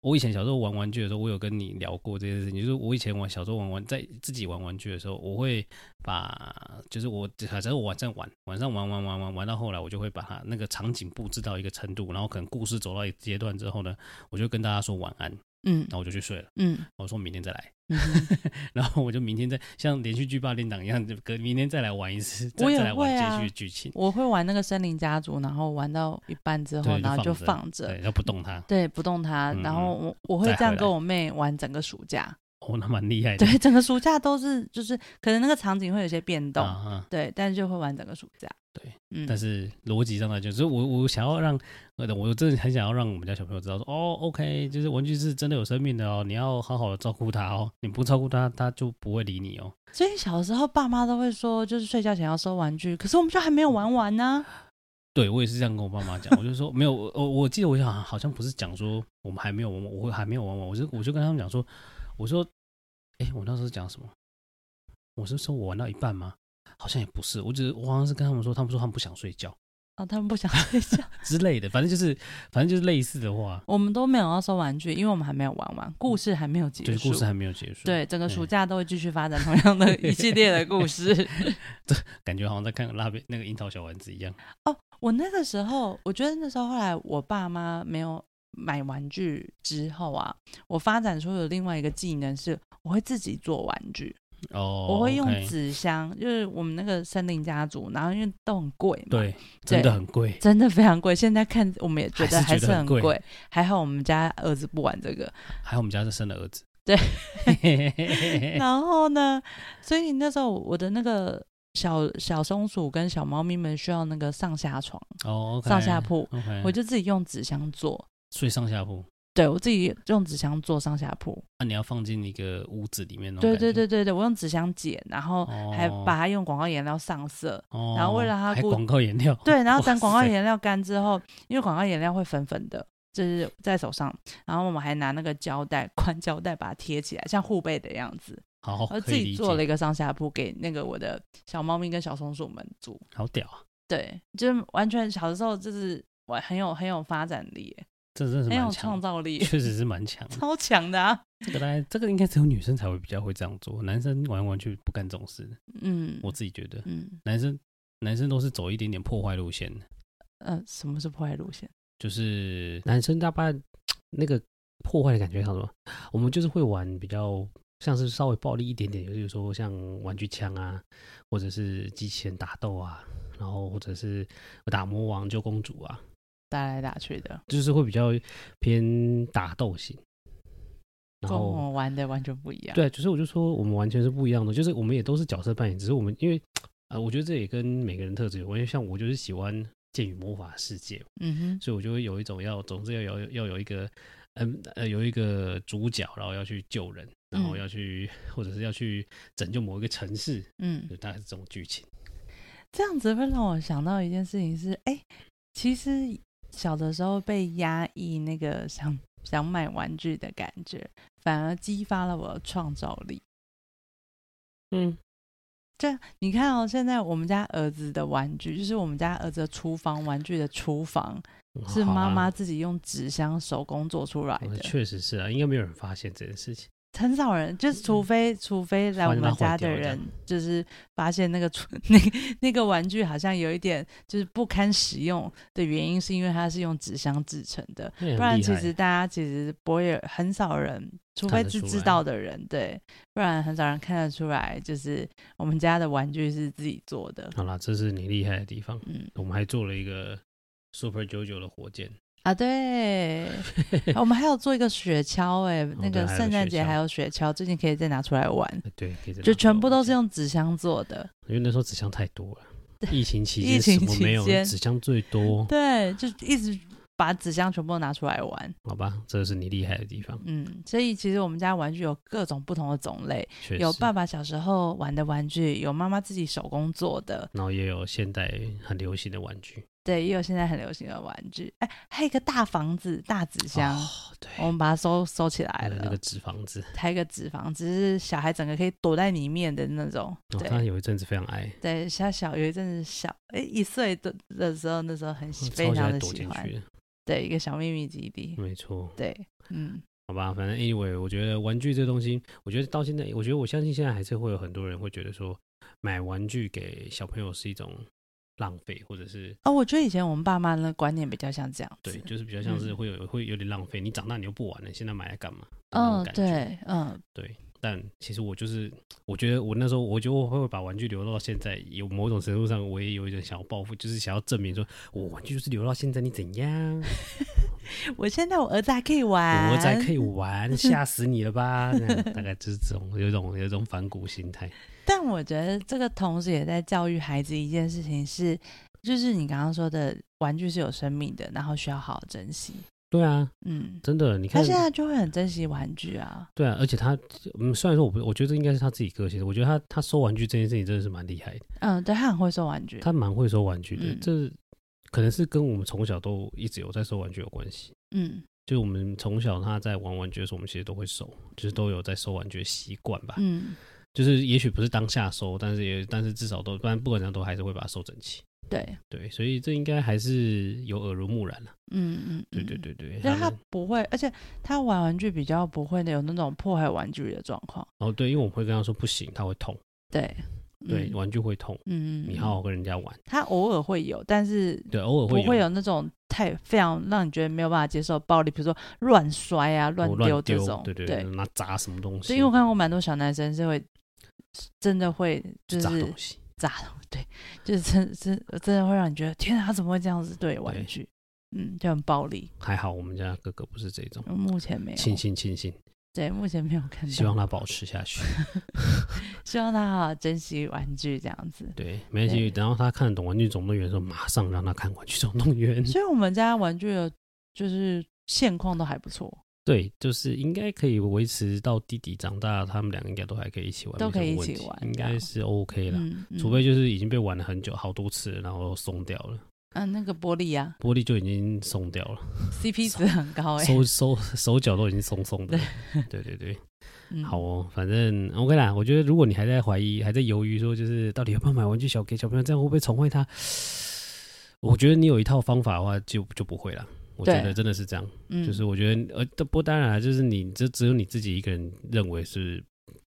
我以前小时候玩玩具的时候，我有跟你聊过这件事情，就是我以前玩小时候玩玩在自己玩玩具的时候，我会把就是我反正我晚上玩晚上玩玩玩玩玩到后来，我就会把它那个场景布置到一个程度，然后可能故事走到一个阶段之后呢，我就跟大家说晚安，然嗯后我就去睡了，嗯我哦说明天再来，嗯哼， 然后我就明天再像连续剧八点档一样，就隔明天再来玩一次，再我也再来玩会啊接续的剧情，我会玩那个森林家族，然后玩到一半之后，对就然后就放放着。对，要不动它。对，不动它。嗯然后我我再会回这样来跟我妹玩整个暑假。哦，那蛮厉害的。对，整个暑假都是就是可能那个场景会有些变动，啊啊，对，但是就会玩整个暑假。对，嗯，但是逻辑上来讲，就是我我想要让，呃我真的很想要让我们家小朋友知道说，哦，OK，就是玩具是真的有生命的哦，你要好好的照顾它哦，你不照顾它，它就不会理你哦。所以小时候爸妈都会说，就是睡觉前要收玩具，可是我们就还没有玩完呢、对我也是这样跟我爸妈讲，我就说没有，我我我记得我想好像不是讲说我们还没有玩完，我还没有玩完，我就我就跟他们讲说，我说，哎，我那时候讲什么？我是说我玩到一半吗？好像也不是，我只是我好像是跟他们说，他们说他们不想睡觉哦，他们不想 睡觉，之类的，反正就是反正就是类似的话，我们都没有要收玩具，因为我们还没有玩完，故事还没有结就是束。故事还没有结束，，对，整个暑假都会继续发展同 样的一系列的故事。感觉好像在看蜡笔那个樱桃小丸子一样。哦，我那个时候，我觉得那时候后来我爸妈没有买玩具之后啊，我发展出有另外一个技能是，我会自己做玩具，哦，我会用 OK 纸箱，就是我们那个森林家族，然后因为都很贵嘛，对，真的很贵，真的非常贵，现在看我们也觉得还还是觉是得很很贵贵。还好我们家儿子不玩这个。还有我们家是生了儿子，对对然后呢，所以那时候我的那个小小松鼠跟小猫咪们需要那个上下床、 哦，OK， 嗯上下铺， ，OK，我就自己用纸箱做。睡上下铺。对我自己用纸箱做上下铺，那、啊你要放进一个屋子里面那种对感对觉，对对对，我用纸箱剪，然后还哦把它用广告颜料上 色，哦、然后为了它还顾广告颜料，对，然后等哇广告塞颜料干之后，因为广告颜料会粉粉的，就是在手上，然后我们还拿那个胶带、宽胶带把它贴起来，像护背的样子。 好，我哦可自以己理做解了一个上下铺给那个我的小猫咪跟小松鼠们住。好屌啊，对，就是完全小的时候就是我很有很有发展力，这真的是很有蛮哎创强的，造力， 确实是蛮强的。超强的啊！这个大概这个应该只有女生才会比较会这样做，男生玩玩具不干这种事，嗯，我自己觉得嗯男生男生都是走一点点破坏路线的，呃，什么是破坏路线？就是男生大半那个破坏的感觉像什么？我们就是会玩比较像是稍微暴力一点点，比如说像玩具枪啊，或者是机器人打斗啊，然后或者是打魔王救公主啊，打来打去的，就是会比较偏打斗型。然跟我后们玩的完全不一样。对，就是我就说我们完全是不一样的，就是我们也都是角色扮演，只是我们因为啊、呃我觉得这也跟每个人特质有关。因为像我就是喜欢《剑与魔法世界》，嗯所以我就会有一种要，总之要有要有一个，嗯呃，有一个主角，然后要去救人，然后嗯要去、或者是要去拯救某一个城市，哼，嗯就，大概是这种剧情。这样子会让我想到一件事情是，哎、其实小的时候被压抑那个想想买玩具的感觉，反而激发了我的创造力。嗯，这你看哦，现在我们家儿子的玩具，就是我们家儿子的厨房玩具的厨房，嗯哦是妈妈自己用纸箱手工做出来好啦，的，啊确实是啊，应该没有人发现这件事情。很少人，嗯就是除非除非来我发现它们家坏的掉了这人样，就是发现那个厨 那个那个玩具好像有一点就是不堪使用的原因，是因为它是用纸箱制成的，那也很不然厉其害实大家其实不会有很少人，除非看得是出知来道的人，对，不然很少人看得出来，就是我们家的玩具是自己做的，好啦，这是你厉害的地方。嗯我们还做了一个 Super JoJo 的火箭，啊，对，啊我们还有做一个雪橇、欸，哎，那哦对个还有圣诞雪节还橇有雪橇，最近可以再拿出来玩，哎对，可以再就拿出全来部玩都一是下，用纸箱做的。因为那时候纸箱太多了。疫情期疫间什情么期没有间，纸箱最多，对，就一直把纸箱全部都拿出来玩。好吧，这是你厉害的地方。嗯，所以其实我们家玩具有各种不同的种类，确实有爸爸小时候玩的玩具，有妈妈自己手工做的，然后也有现代很流行的玩具，对，也有现在很流行的玩具。哎，还有一个大房子、大纸箱，哦、对，我们把它收收起来还有了，那个纸房子，哦还有一个纸房子，是小孩整个可以躲在里面的那种。哦，对、他有一阵子非常爱，哦对，小小有一阵子小，哎，一岁的的时候，那时候很喜非嗯超级常爱的躲喜进欢去，的，对，一个小秘密基地，没错。对，嗯。好吧，反正 anyway，我觉得玩具这东西，我觉得到现在，我觉得我相信现在还是会有很多人会觉得说，买玩具给小朋友是一种浪费，或者是哦，我觉得以前我们爸妈的观念比较像这样子。对，就是比较像是嗯会有、会有点浪费。你长大你又不玩了，你现在买来干嘛？的那种嗯，感觉。对，嗯，但其实我就是，我觉得我那时候，我觉得我会把玩具留到现在，有某种程度上，我也有一点想要报复，就是想要证明说，我玩具就是留到现在，你怎样？ 我现在我儿子还可以玩，我才可以玩，吓死你了吧？这样大概就是这种有一种有一种反骨心态。但我觉得这个同时也在教育孩子一件事情是，就是你刚刚说的，玩具是有生命的，然后需要好好珍惜。对啊，嗯，真的，你他看，现在就会很珍惜玩具啊。对啊，而且他，嗯，虽然说我不，我觉得这应该是他自己个性的，我觉得他他收玩具这件事情真的是蛮厉害的，嗯，对他很会收玩具。他蛮会收玩具的，嗯这可能是跟我们从小都一直有在收玩具有关系。嗯就是我们从小他在玩玩具的时候，我们其实都会收，就是都有在收玩具的习惯吧。嗯，就是也许不是当下收，但是也但是至少都，不然不管怎样都还是会把它收整齐。对，对，所以这应该还是有耳濡目染了、嗯嗯，对对嗯。对对，就是他们不会，而且他玩玩具比较不会有那种破坏玩具的状况。哦对，因为我会跟他说不行，他会痛，对，对，嗯玩具会痛，嗯，嗯你好好，跟人家玩。他偶尔会有，但是对，偶尔不会会有那种太非常让你觉得没有办法接受的暴力，比如说乱摔啊、乱我丢哦乱这丢种。对对对，拿砸什么东所西，以我看过蛮多小男生是会真的会就砸是东西。砸，对，就是真真真的会让你觉得天啊，他怎么会这样子对对玩具？嗯，就很暴力。还好我们家哥哥不是这种，我目前没有，庆幸庆幸，对，目前没有看到。希望他保持下去。希望他好好珍惜玩具这样子。对，没关系，对等到他看得懂《玩具总动员》的时候，马上让他看《玩具总动员》。所以我们家玩具的就是现况都还不错， 对，就是应该可以维持到弟弟长大，他们两个应该都还可以一起玩，都没什么可以一问起题玩应这样该是 OK 啦。嗯，嗯除非就是已经被玩了很久，好多次了，然后松掉了，嗯那个玻璃啊玻璃就已经松掉了， ，CP 值很高哎、手 手手脚都已经松松的了。对对对，嗯好哦，反正 OK 啦。我觉得如果你还在怀疑、还在犹豫说，就是到底要不要买玩具小给小朋友，这样会不会宠坏他？我觉得你有一套方法的话，就就不会啦。我觉对得真的是这样，嗯就是我觉得呃，不过当然啦，就是你这只有你自己一个人认为是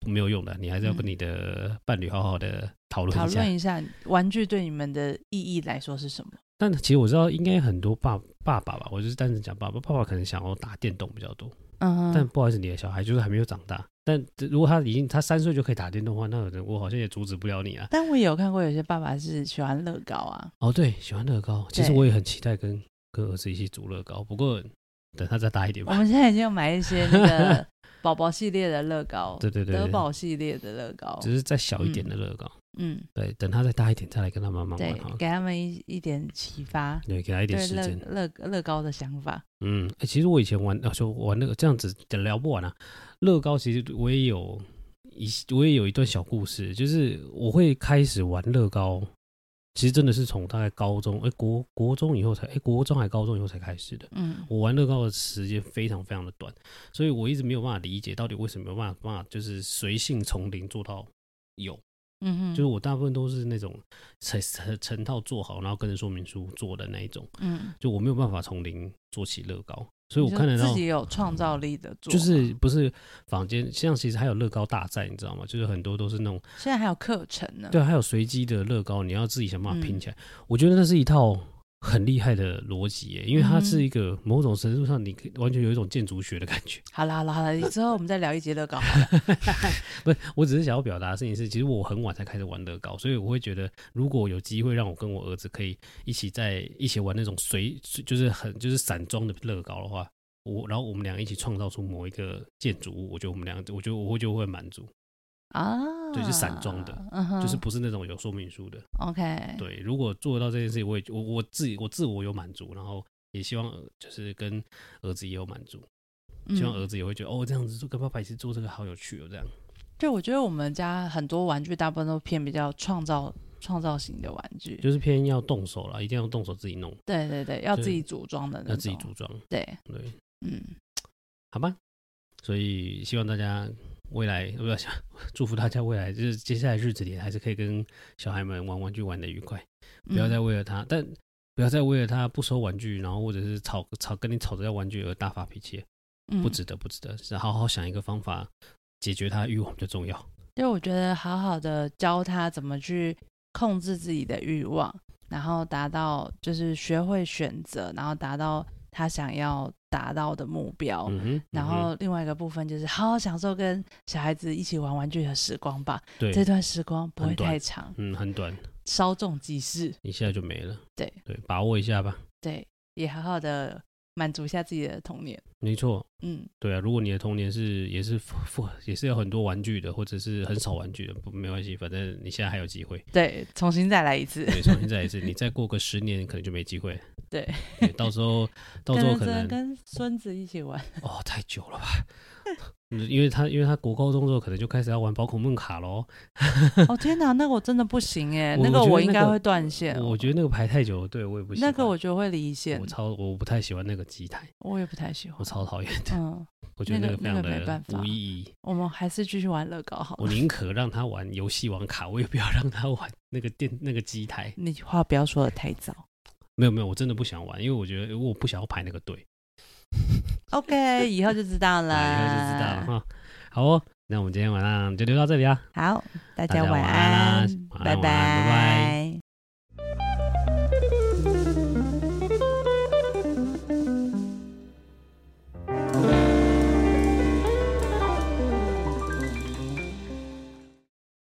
没有用的，你还是要跟嗯你的伴侣好好的讨论讨一下。论一下玩具对你们的意义来说是什么？但其实我知道，应该很多爸爸爸吧，我就是单纯讲爸爸，爸爸可能想要打电动比较多。嗯但哼，不好意思，你的小孩就是还没有长大。但如果他已经他三岁就可以打电动的话，那有人我好像也阻止不了你啊。但我也有看过有些爸爸是喜欢乐高啊，哦，对，喜欢乐高，其实对我也很期待跟跟儿子一起组乐高，不过等他再大一点我吧。们现在已经有买一些那 个宝宝系列的乐高，对对对德对，宝系列的乐高，只是再小一点的乐高，嗯，对，等他再大一点再来跟他慢慢对玩好，了。给他们一一点启发，对，给他一点对时乐间。乐乐高的想法，嗯、欸其实我以前玩，啊，说玩那个这样子聊不完啊。乐高其实我也有一，我也有一段小故事，就是我会开始玩乐高，其实真的是从大概高中，哎、国国中以后才，哎、国中还高中以后才开始的。嗯我玩乐高的时间非常非常的短，所以我一直没有办法理解到底为什么没有办法办法就是随性从零做到有，嗯哼，就是我大部分都是那种成成成套做好，然后跟着说明书做的那一种。嗯，就我没有办法从零做起乐高，所以你我就看得到自，己有创造力的做，就是不是坊间，像其实还有乐高大赛，你知道吗？就是很多都是那种现在还有课程呢，对啊，还有随机的乐高，你要自己想办法拼嗯起来。我觉得那是一套很厉害的逻辑耶，因为它嗯哼是一个某种程度上，你可以完全有一种建筑学的感觉。好啦好啦好啦，之后我们再聊一集乐高好 了，不是，我只是想要表达的事情是，其实我很晚才开始玩乐高，所以我会觉得，如果有机会让我跟我儿子可以一起在一起玩那种随，就是很就是散装的乐高的话，我然后我们俩一起创造出某一个建筑物，我觉得我们俩，我觉得我会就会满足，啊，对是散装的，嗯哼，就是不是那种有说明书的。 OK，对，如果做得到这件事情，我也我我自己我自我有满足，然后也希望呃就是跟儿子也有满足，嗯希望儿子也会觉得、哦，这样子做跟爸爸一起做这个好有趣哦，这样。对，我觉得我们家很多玩具大部分都偏比较创造创造型的玩具，就是偏要动手啦，一定要动手自己弄，对对对，要就自己组装的那种，要自己组，装。对，对，嗯，好吧。所以希望大家未来，呃不要想 祝福大家未来，就是接下来日子里还是可以跟小孩们玩玩具玩的愉快，不嗯要再为了他，但不要再为了他不收玩具，然后或者是吵吵跟你吵着要玩具而大发脾气，嗯不值得，不值得，是好好想一个方法解决他欲望比较重要。对，我觉得好好的教他怎么去控制自己的欲望，然后达到就是学会选择，然后达到他想要达到的目标。嗯哼，然嗯后哼另外一个部分就是好好享受跟小孩子一起玩玩具的时光吧，这对，段时光不很会短太长，嗯，很短，稍纵即逝。一下就没了。对对，把握一下吧。对，也好好的满足一下自己的童年。没错，嗯，对啊，如果你的童年是也是富富也是有很多玩具的，或者是很少玩具的，不没关系，反正你现在还有机会。对，重新再来一次。 对，重新再一次，你再过个十年可能就没机会。对对，到时 候到时候可能跟孙子一起玩。哦，太久了吧？ 嗯因为他因为他国高中之后可能就开始要玩宝可梦卡喽。 哦天哪，那个我真的不行哎，我个我觉得我那应该个会断线我哦，我觉得那个排太久了，对我也不喜欢。那个我觉得会离线我，超我不太喜欢那个机台，我也不太喜我欢。超讨厌的。嗯，我觉得那个个非常那个没办的法无意义。我们还是继续玩乐高好我了。宁可让他玩游戏王卡，我也不要让他玩那个电那个机台。你话不要说的太早。 没有没有，我真的不想玩，因为我觉得我不想要排那个队。 OK，以后就知道 了，啊以后就知道了哈。好哦，那我们今天晚上就聊到这里啊，好，大大家晚晚安啊晚安晚安拜拜